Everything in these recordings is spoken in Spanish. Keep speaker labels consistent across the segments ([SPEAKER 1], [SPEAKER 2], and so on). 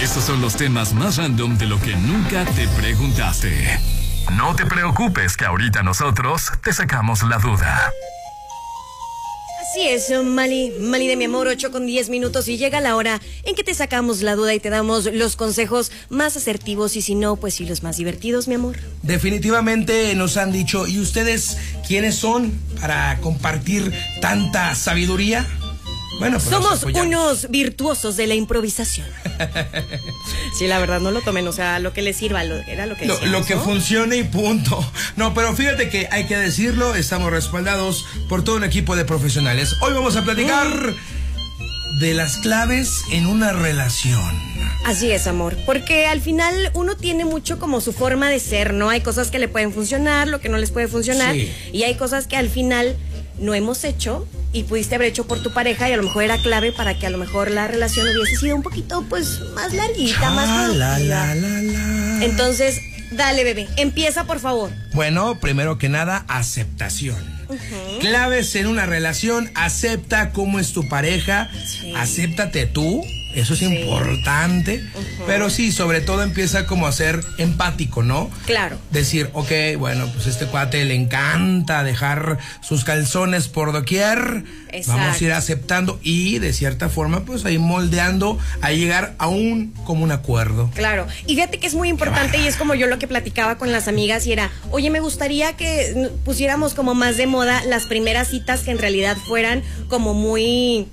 [SPEAKER 1] Estos son los temas más random de lo que nunca te preguntaste. No te preocupes que ahorita nosotros te sacamos la duda.
[SPEAKER 2] Así es, Mali, Mali de mi amor, 8 con 10 minutos y llega la hora en que te sacamos la duda y te damos los consejos más asertivos y si no, pues sí los más divertidos, mi amor.
[SPEAKER 3] Definitivamente nos han dicho, ¿y ustedes quiénes son para compartir tanta sabiduría? Bueno, pues nos
[SPEAKER 2] Somos
[SPEAKER 3] apoyamos.
[SPEAKER 2] unos virtuosos de la improvisación. sí, la verdad, no lo tomen, o sea, lo que les sirva, lo, era lo que
[SPEAKER 3] Lo,
[SPEAKER 2] decíamos,
[SPEAKER 3] lo que
[SPEAKER 2] ¿no?
[SPEAKER 3] funcione y punto. No, pero fíjate que hay que decirlo, estamos respaldados por todo un equipo de profesionales. Hoy vamos a platicar
[SPEAKER 2] Mm.
[SPEAKER 3] de las claves en una relación.
[SPEAKER 2] Así es, amor, porque al final uno tiene mucho como su forma de ser, ¿no? Hay cosas que le pueden funcionar, lo que no les puede funcionar,
[SPEAKER 3] Sí.
[SPEAKER 2] y hay cosas que al final no hemos hecho y pudiste haber hecho por tu pareja y a lo mejor era clave para que a lo mejor la relación hubiese sido un poquito pues más larguita, más
[SPEAKER 3] Cha, Ah, la,
[SPEAKER 2] productiva.
[SPEAKER 3] la, la, la.
[SPEAKER 2] Entonces, dale, bebé, empieza por favor.
[SPEAKER 3] Bueno, primero que nada, aceptación. Claves en una relación, acepta cómo es tu pareja,
[SPEAKER 2] Sí.
[SPEAKER 3] acéptate tú, eso es importante, pero sí, sobre todo empieza como a ser empático, ¿no?
[SPEAKER 2] Claro.
[SPEAKER 3] Decir, ok, bueno, pues este cuate le encanta dejar sus calzones por doquier, vamos a ir
[SPEAKER 2] Exacto.
[SPEAKER 3] aceptando y de cierta forma, pues ahí moldeando a llegar a un común acuerdo.
[SPEAKER 2] Claro, y fíjate que es muy importante y es como yo lo que platicaba con las amigas y era, oye, me gustaría que n- pusiéramos como más de moda las primeras citas que en realidad fueran como muy...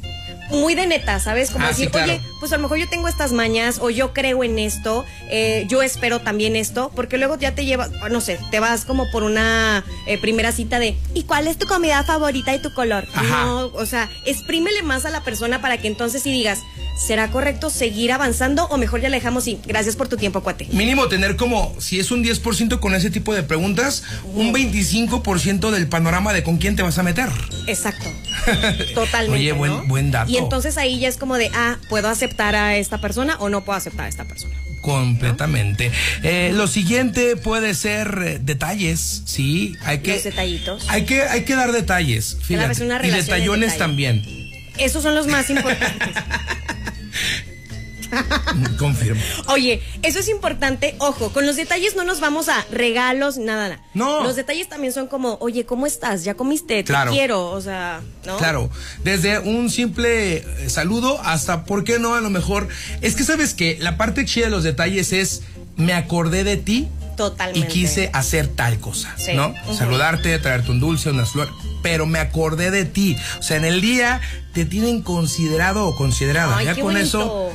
[SPEAKER 2] Muy de neta, ¿sabes? Como
[SPEAKER 3] Ah,
[SPEAKER 2] decir,
[SPEAKER 3] sí, claro.
[SPEAKER 2] oye, pues a lo mejor yo tengo estas mañas o yo creo en esto, eh, yo espero también esto, porque luego ya te llevas, no sé, te vas como por una eh, primera cita de, ¿y cuál es tu comida favorita y tu color?
[SPEAKER 3] Ajá.
[SPEAKER 2] No, o sea, exprímele más a la persona para que entonces sí digas, ¿será correcto seguir avanzando o mejor ya le dejamos y gracias por tu tiempo, cuate?
[SPEAKER 3] Mínimo tener como, si es un 10% con ese tipo de preguntas, un 25% del panorama de con quién te vas a meter.
[SPEAKER 2] Exacto. Totalmente.
[SPEAKER 3] Oye, buen-
[SPEAKER 2] ¿no?
[SPEAKER 3] buen dato.
[SPEAKER 2] Y entonces ahí ya es como de, ah, ¿puedo aceptar a esta persona o no puedo aceptar a esta persona?
[SPEAKER 3] Completamente. Eh, lo siguiente puede ser eh, detalles, sí. Hay que,
[SPEAKER 2] Los detallitos.
[SPEAKER 3] Hay que, hay que dar detalles.
[SPEAKER 2] Cada
[SPEAKER 3] Fíjate.
[SPEAKER 2] vez una
[SPEAKER 3] y
[SPEAKER 2] relación es
[SPEAKER 3] detallones
[SPEAKER 2] detalle.
[SPEAKER 3] también.
[SPEAKER 2] Esos son los más importantes.
[SPEAKER 3] Confirmo.
[SPEAKER 2] Oye, eso es importante. Ojo, con los detalles no nos vamos a regalos, nada, nada.
[SPEAKER 3] No.
[SPEAKER 2] Los detalles también son como, oye, ¿cómo estás? ¿Ya comiste? Te
[SPEAKER 3] Claro.
[SPEAKER 2] quiero. O sea, ¿no?
[SPEAKER 3] Claro, desde un simple eh, saludo hasta, ¿por qué no? A lo mejor, es que sabes que la parte chida de los detalles es, me acordé de ti
[SPEAKER 2] Totalmente.
[SPEAKER 3] y quise hacer tal cosa,
[SPEAKER 2] Sí.
[SPEAKER 3] ¿no?
[SPEAKER 2] Ujú.
[SPEAKER 3] Saludarte, traerte un dulce, unas flores, pero me acordé de ti. O sea, en el día te tienen considerado o considerada.
[SPEAKER 2] Ay,
[SPEAKER 3] ya
[SPEAKER 2] qué
[SPEAKER 3] con
[SPEAKER 2] bonito.
[SPEAKER 3] eso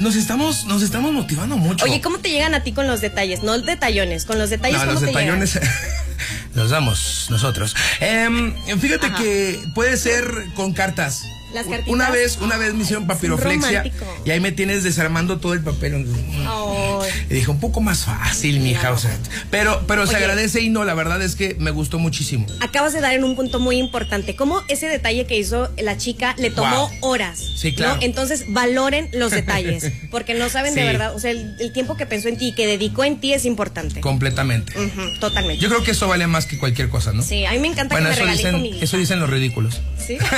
[SPEAKER 3] nos estamos nos estamos motivando mucho.
[SPEAKER 2] Oye, ¿cómo te llegan a ti con los detalles? No detallones, con los detalles
[SPEAKER 3] No,
[SPEAKER 2] ¿cómo
[SPEAKER 3] los
[SPEAKER 2] te
[SPEAKER 3] detallones los damos nosotros. Em, fíjate
[SPEAKER 2] Ajá.
[SPEAKER 3] que puede ser con cartas.
[SPEAKER 2] Las
[SPEAKER 3] U-
[SPEAKER 2] cartitas.
[SPEAKER 3] Una vez, una vez me hicieron papiroflexia
[SPEAKER 2] romántico.
[SPEAKER 3] y ahí me tienes desarmando todo el papel.
[SPEAKER 2] Ay.
[SPEAKER 3] Y dije, un poco más fácil, mija. O sea, pero, pero se
[SPEAKER 2] Oye.
[SPEAKER 3] agradece y no, la verdad es que me gustó muchísimo.
[SPEAKER 2] Acabas de dar en un punto muy importante. Cómo ese detalle que hizo la chica le tomó
[SPEAKER 3] Wow.
[SPEAKER 2] horas.
[SPEAKER 3] Sí,
[SPEAKER 2] ¿no?
[SPEAKER 3] claro.
[SPEAKER 2] Entonces valoren los detalles, porque no saben de
[SPEAKER 3] Sí.
[SPEAKER 2] verdad, o sea, el, el tiempo que pensó en ti y que dedicó en ti es importante.
[SPEAKER 3] Completamente.
[SPEAKER 2] Ujú, totalmente.
[SPEAKER 3] Yo creo que eso vale más que cualquier cosa, ¿no?
[SPEAKER 2] Mm. Sí, a mí me encanta
[SPEAKER 3] Bueno,
[SPEAKER 2] que me
[SPEAKER 3] eso
[SPEAKER 2] regalen
[SPEAKER 3] dicen,
[SPEAKER 2] comidita.
[SPEAKER 3] eso dicen los ridículos.
[SPEAKER 2] ¿Sí?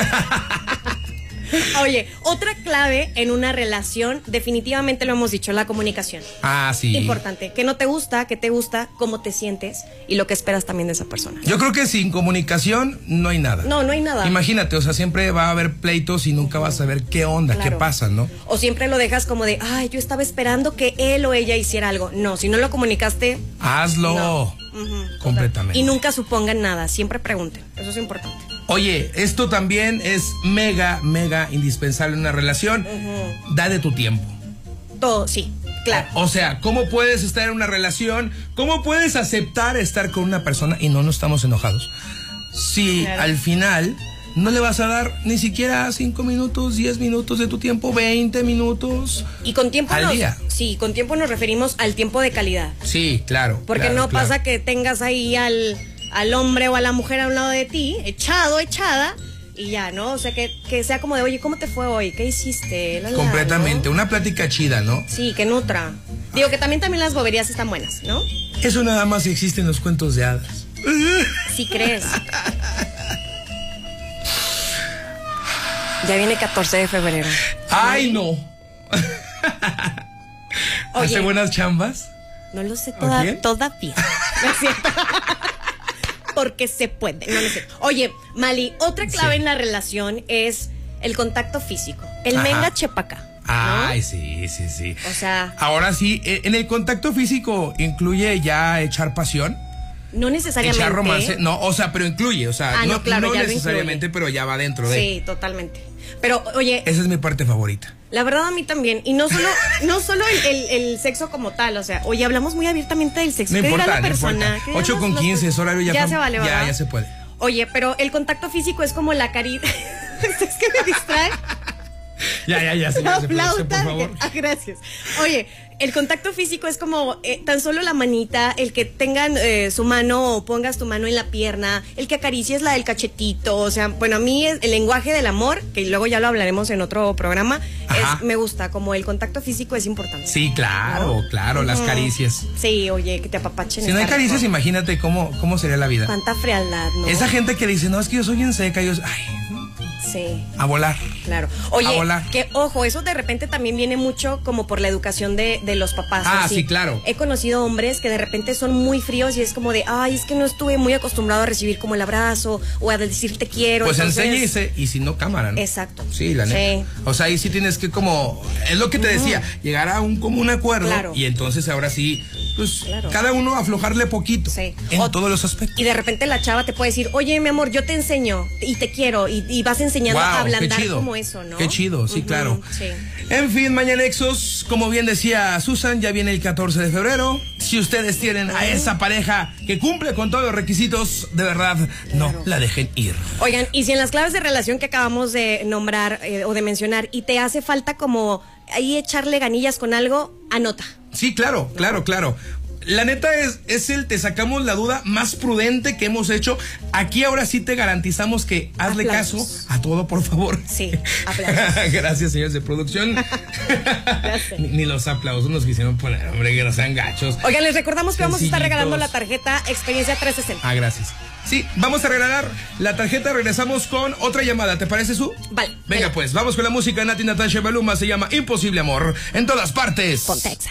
[SPEAKER 2] Oye, otra clave en una relación, definitivamente lo hemos dicho, la comunicación.
[SPEAKER 3] Ah, sí.
[SPEAKER 2] Importante, que no te gusta, que te gusta, cómo te sientes y lo que esperas también de esa persona.
[SPEAKER 3] Yo creo que sin comunicación no hay nada.
[SPEAKER 2] No, no hay nada.
[SPEAKER 3] Imagínate, o sea, siempre va a haber pleitos y nunca vas a saber qué onda, qué
[SPEAKER 2] Claro.
[SPEAKER 3] pasa, ¿no?
[SPEAKER 2] O siempre lo dejas como de, ay, yo estaba esperando que él o ella hiciera algo. No, si no lo comunicaste,
[SPEAKER 3] Hazlo.
[SPEAKER 2] No. ujú,
[SPEAKER 3] Completamente.
[SPEAKER 2] Y nunca supongan nada, siempre pregunten. Eso es importante.
[SPEAKER 3] Oye, esto también es mega, mega indispensable en una relación. Da de tu tiempo.
[SPEAKER 2] Todo, sí, claro.
[SPEAKER 3] O sea, ¿cómo puedes estar en una relación? ¿Cómo puedes aceptar estar con una persona y no nos estamos enojados? Si
[SPEAKER 2] Claro.
[SPEAKER 3] al final no le vas a dar ni siquiera 5 minutos, 10 minutos de tu tiempo, 20 minutos.
[SPEAKER 2] Y con tiempo
[SPEAKER 3] Al
[SPEAKER 2] nos,
[SPEAKER 3] día.
[SPEAKER 2] Sí, con tiempo nos referimos al tiempo de calidad.
[SPEAKER 3] Sí, claro.
[SPEAKER 2] Porque
[SPEAKER 3] claro,
[SPEAKER 2] no
[SPEAKER 3] claro.
[SPEAKER 2] pasa que tengas ahí al, al hombre o a la mujer a un lado de ti, echado, echada, y ya, ¿no? O sea, que, que sea como de, oye, ¿cómo te fue hoy? ¿Qué hiciste? La, la,
[SPEAKER 3] Completamente,
[SPEAKER 2] ¿no?
[SPEAKER 3] una plática chida, ¿no?
[SPEAKER 2] Sí, que nutra. Digo que también, también las boberías están buenas, ¿no?
[SPEAKER 3] Eso nada más existe en los cuentos de hadas.
[SPEAKER 2] Si crees. Ya viene 14 de febrero.
[SPEAKER 3] ¡Ay, no!
[SPEAKER 2] Oye.
[SPEAKER 3] ¿Hace buenas chambas?
[SPEAKER 2] No lo sé
[SPEAKER 3] ¿O
[SPEAKER 2] toda-
[SPEAKER 3] quién?
[SPEAKER 2] todavía. No es cierto. Porque se puede. No lo sé. Oye, Mali, otra clave
[SPEAKER 3] Sí.
[SPEAKER 2] en la relación es el contacto físico. El
[SPEAKER 3] Ajá.
[SPEAKER 2] menga chepaca. ¿no?
[SPEAKER 3] Ay, sí, sí, sí.
[SPEAKER 2] O sea-
[SPEAKER 3] Ahora sí, e- en el contacto físico incluye ya echar pasión,
[SPEAKER 2] No necesariamente.
[SPEAKER 3] echar romance.
[SPEAKER 2] ¿eh?
[SPEAKER 3] No, o sea, pero incluye, o sea,
[SPEAKER 2] Ah, no, claro, ya lo
[SPEAKER 3] necesariamente,
[SPEAKER 2] incluye.
[SPEAKER 3] pero ya va dentro de.
[SPEAKER 2] Sí, totalmente. Pero, oye,
[SPEAKER 3] Esa es mi parte favorita.
[SPEAKER 2] la verdad a mí también. Y no solo, no solo el, el- el sexo como tal. O sea, oye, hablamos muy abiertamente del sexo.
[SPEAKER 3] No
[SPEAKER 2] ¿Qué dirá
[SPEAKER 3] importa,
[SPEAKER 2] la
[SPEAKER 3] no
[SPEAKER 2] persona?
[SPEAKER 3] importa.
[SPEAKER 2] ¿Qué dirán
[SPEAKER 3] 8
[SPEAKER 2] las-
[SPEAKER 3] con
[SPEAKER 2] las
[SPEAKER 3] 15 es horario ya fam-
[SPEAKER 2] se vale,
[SPEAKER 3] ya-
[SPEAKER 2] ¿verdad?
[SPEAKER 3] ya se puede.
[SPEAKER 2] Oye, pero el contacto físico es como la cari... es que me distrae.
[SPEAKER 3] Ya, ya, ya,
[SPEAKER 2] La
[SPEAKER 3] señora, se puede,
[SPEAKER 2] flauta
[SPEAKER 3] por
[SPEAKER 2] de-
[SPEAKER 3] favor.
[SPEAKER 2] Ah, gracias. Oye, el contacto físico es como eh, tan solo la manita, el que tengan eh, su mano o pongas tu mano en la pierna, el que acaricies la del cachetito. O sea, bueno, a mí es el lenguaje del amor, que luego ya lo hablaremos en otro programa,
[SPEAKER 3] Ajá.
[SPEAKER 2] es, me gusta, como el contacto físico es importante.
[SPEAKER 3] Sí, claro, claro, las
[SPEAKER 2] Mm.
[SPEAKER 3] caricias.
[SPEAKER 2] Sí, oye, que te apapachen.
[SPEAKER 3] Si no hay
[SPEAKER 2] está
[SPEAKER 3] caricias,
[SPEAKER 2] rico.
[SPEAKER 3] imagínate cómo, cómo sería la vida.
[SPEAKER 2] Cuánta frialdad, ¿no?
[SPEAKER 3] Esa gente que dice, no, es que yo soy bien seca, yo, ay,
[SPEAKER 2] Sí.
[SPEAKER 3] a volar.
[SPEAKER 2] Claro.
[SPEAKER 3] A
[SPEAKER 2] Oye,
[SPEAKER 3] volar.
[SPEAKER 2] que ojo, eso de repente también viene mucho como por la educación de, de los papás.
[SPEAKER 3] Ah,
[SPEAKER 2] así.
[SPEAKER 3] sí, claro.
[SPEAKER 2] He conocido hombres que de repente son muy fríos y es como de, ay, es que no estuve muy acostumbrado a recibir como el abrazo o a decir te quiero.
[SPEAKER 3] Pues
[SPEAKER 2] entonces-
[SPEAKER 3] enséñese y si no, cámara, ¿no?
[SPEAKER 2] Exacto.
[SPEAKER 3] Sí, la neta.
[SPEAKER 2] Sí.
[SPEAKER 3] O sea, ahí sí tienes que como, es lo que te decía, llegar a un común acuerdo
[SPEAKER 2] Claro.
[SPEAKER 3] y entonces ahora sí, pues
[SPEAKER 2] Claro.
[SPEAKER 3] cada uno aflojarle poquito
[SPEAKER 2] Sí.
[SPEAKER 3] en
[SPEAKER 2] O-
[SPEAKER 3] todos los aspectos.
[SPEAKER 2] Y de repente la chava te puede decir, oye, mi amor, yo te enseño y te quiero y, y vas enseñando
[SPEAKER 3] Guau,
[SPEAKER 2] a
[SPEAKER 3] qué
[SPEAKER 2] ablandar
[SPEAKER 3] chido.
[SPEAKER 2] como eso, ¿no?
[SPEAKER 3] Qué chido, sí,
[SPEAKER 2] Ujú,
[SPEAKER 3] claro.
[SPEAKER 2] Sí.
[SPEAKER 3] En fin, mañana Exos, como bien decía Susan, ya viene el 14 de febrero. Si ustedes tienen a esa pareja que cumple con todos los requisitos, de verdad, no la dejen ir.
[SPEAKER 2] Oigan, y si en las claves de relación que acabamos de nombrar eh, o de mencionar y te hace falta como ahí echarle ganillas con algo, anota.
[SPEAKER 3] Sí, claro, claro, claro. La neta es, es el te sacamos la duda más prudente que hemos hecho. Aquí ahora sí te garantizamos que hazle
[SPEAKER 2] Aplausos.
[SPEAKER 3] caso a todo, por favor.
[SPEAKER 2] Sí, aplausos.
[SPEAKER 3] Gracias, señores de producción. ni, ni los aplausos nos quisieron poner, hombre, que no sean gachos.
[SPEAKER 2] Oigan, les recordamos que vamos a estar
[SPEAKER 3] Sencillitos.
[SPEAKER 2] regalando la tarjeta Experiencia 360.
[SPEAKER 3] Ah, gracias. Sí, vamos a regalar la tarjeta. Regresamos con otra llamada. ¿Te parece, Su?
[SPEAKER 2] Vale.
[SPEAKER 3] Venga,
[SPEAKER 2] Venga.
[SPEAKER 3] pues, vamos con la música. Nati Natasha y Maluma se llama Imposible Amor. En todas partes.
[SPEAKER 2] Pontexa.